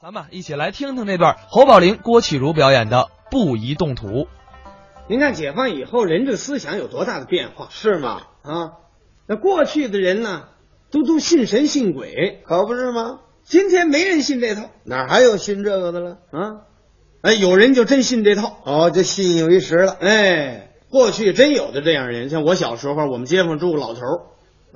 咱们啊一起来听听这段侯宝林、郭启儒表演的《不宜动土》。您看解放以后，人这思想有多大的变化是吗？啊？那过去的人呢，都都信神信鬼，可不是吗？今天没人信这套哪还有信这个的了？啊。哎，有人就真信这套。哦，就信以为实了。哎，过去真有的这样人，像我小时候，我们街坊住个老头儿，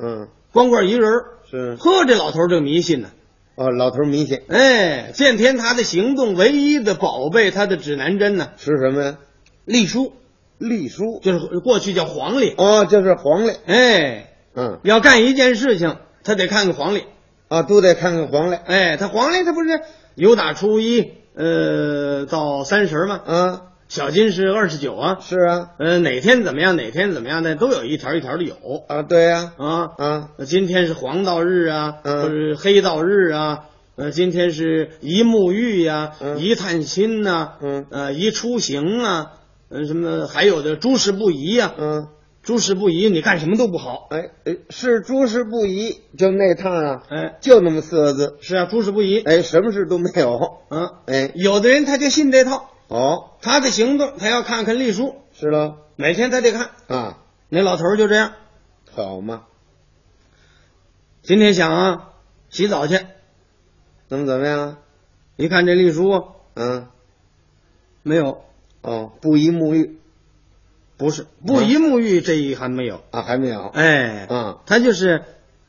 嗯，光棍一人儿，是呵，这老头儿就迷信呢、哦，老头迷信哎，见天他的行动唯一的宝贝，他的指南针呢，吃什么呀？隶书，栗书就是过去叫黄历。哦，就是黄历。哎，嗯要干一件事情，他得看看黄历。啊，都得看看黄历。哎，他黄历他不是由打初一呃到三十嘛，啊，小金是二十九啊，是啊，呃哪天怎么样，哪天怎么样的都有一条一条的有啊，对呀、啊。啊，那今天是黄道日啊，嗯或者是黑道日啊，呃，今天是一沐浴呀、嗯一探亲呐、嗯呃，一出行啊，呃，什么还有的诸事不宜呀、嗯，诸事不宜，你干什么都不好。哎，哎是诸事不宜，就那趟啊，哎，就那么四个字。是啊，诸事不宜。哎，什么事都没有。啊，哎，有的人他就信这套，哦，他的行动他要看看历书，是喽。每天他得看。啊，那老头儿就这样，好嘛，今天想啊，洗澡去，那么怎么样？啊一看这历书啊嗯，没有，哦，不宜沐浴不是不宜沐浴这一还没有。啊，还没有。哎，嗯，他就是，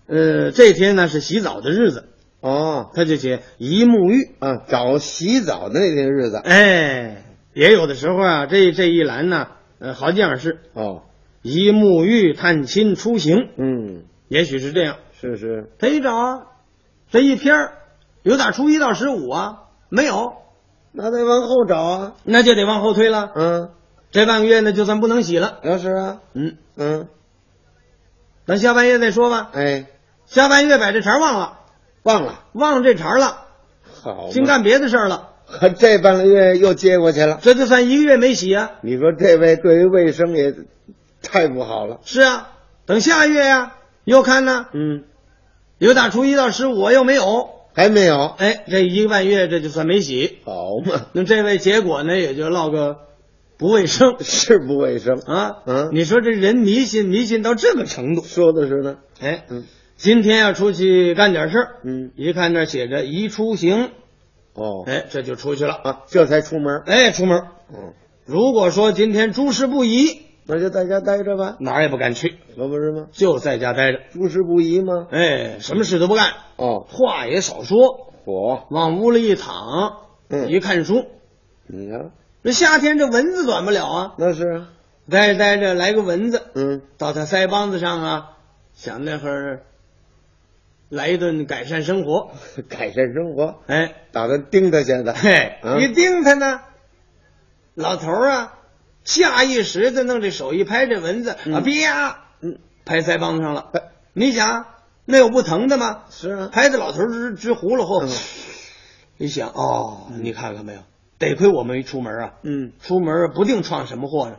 呃，这天呢是洗澡的日子，哦，他就写一沐浴。啊，找洗澡的那天日子。哎，也有的时候啊，这这一栏呢，呃，好几样是哦，一沐浴、探亲、出行，嗯，也许是这样。是是，他一找啊，这一篇儿有打初一到十五啊，没有，那得往后找啊。那就得往后推了。嗯，这半个月呢，就算不能洗了，要是啊，嗯，嗯，等下半月再说吧。哎，下半月把这茬儿忘了，忘了，忘了这茬儿了，好嘛，净干别的事儿了，呵，这半个月又接过去了。这就算一个月没洗啊。你说这位对于卫生也太不好了。是啊，等下月呀、又看呢，嗯，有打初一到十五又没有，还没有。哎，这一个半月这就算没洗。好嘛，那这位结果呢，也就落个不卫生是不卫生。啊。嗯你说这人迷信，迷信到这个程度，说的是呢。哎，嗯今天要出去干点事儿，嗯，一看那儿写着宜出行，哦，哎，这就出去了。啊，这才出门。哎，出门。嗯，如果说今天诸事不宜，那就在家待着吧，哪儿也不敢去，可不是吗？就在家待着。诸事不宜吗？哎，什么事都不干，哦，话也少说，火。往屋里一躺，嗯一看书。你看，这夏天这蚊子短不了啊，那是啊。待着待着来个蚊子嗯，到他腮帮子上啊，想那会儿来一顿改善生活，改善生活，哎打算盯他 现在。嘿，嗯一盯他呢，老头儿啊，下意识的弄这手一拍这蚊子嗯啊，啪，嗯，拍腮帮子上了哎。你想那有不疼的吗？是啊。拍的老头儿直直糊了后嗯，一想哦，你看看没有，得亏我没出门啊，嗯出门不定闯什么祸呢。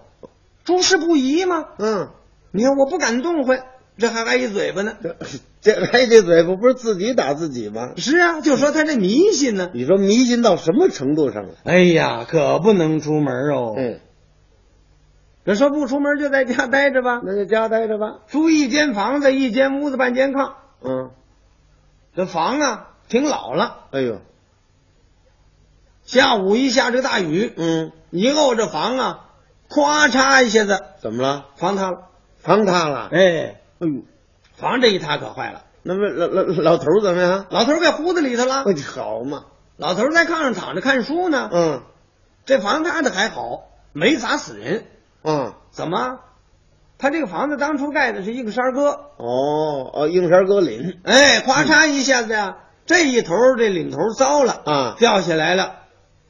诸事不宜嘛，嗯，你看我不敢动会，这还挨一嘴巴呢。这 这哎，这嘴巴不是自己打自己吗？是啊，就说他这迷信呢。你说迷信到什么程度上了？哎呀，可不能出门哦。嗯，这说不出门就在家待着吧，那就家待着吧。租一间房子，一间屋子，半间炕。嗯，这房啊挺老了，哎呦，下午一下这个大雨，嗯，一沤这房啊，咵嚓一下子怎么了？房塌了。房塌了？哎，哎呦，房这一塌可坏了，那么老老老头儿怎么样？老头儿给糊在里头了。哎，好嘛，老头儿在炕上躺着看书呢。嗯这房塌的还好，没砸死人。嗯，怎么？他这个房子当初盖的是一个山哥，哦哦，硬山哥林哎，咵嚓一下子呀、这一头儿这领头儿糟了，啊，掉下来了，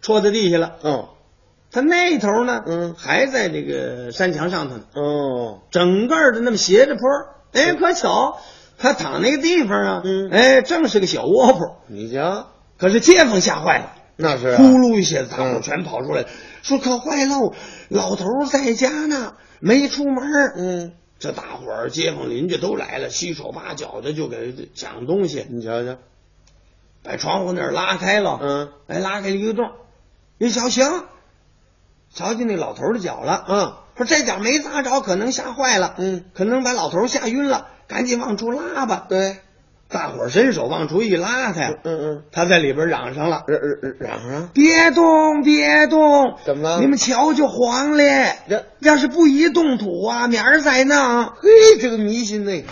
戳在地下了。哦他那头儿呢，嗯还在这个山墙上头呢，哦，整个儿的那么斜着坡儿。哎，可巧，他躺那个地方啊，嗯哎，正是个小窝铺。你瞧，可是街坊吓坏了，那是啊呼噜一下子，大伙嗯全跑出来了，说可坏喽，老头儿在家呢，没出门儿。嗯，这大伙儿街坊邻居都来了，七手八脚的就给抢东西。你瞧瞧，把窗户那儿拉开了，嗯，哎，拉开了一个洞，一瞧行，瞧见那老头儿的脚了，啊嗯，说这脚没扎着，可能吓坏了，嗯，可能把老头儿吓晕了，赶紧往出拉吧。对，大伙儿伸手往出一拉他呀，嗯嗯，他在里边嚷上了嚷嚷嚷嚷，：“别动，别动！怎么了你们瞧就黄了。这要是不移动土啊，明儿再弄。嘿，这个迷信呢，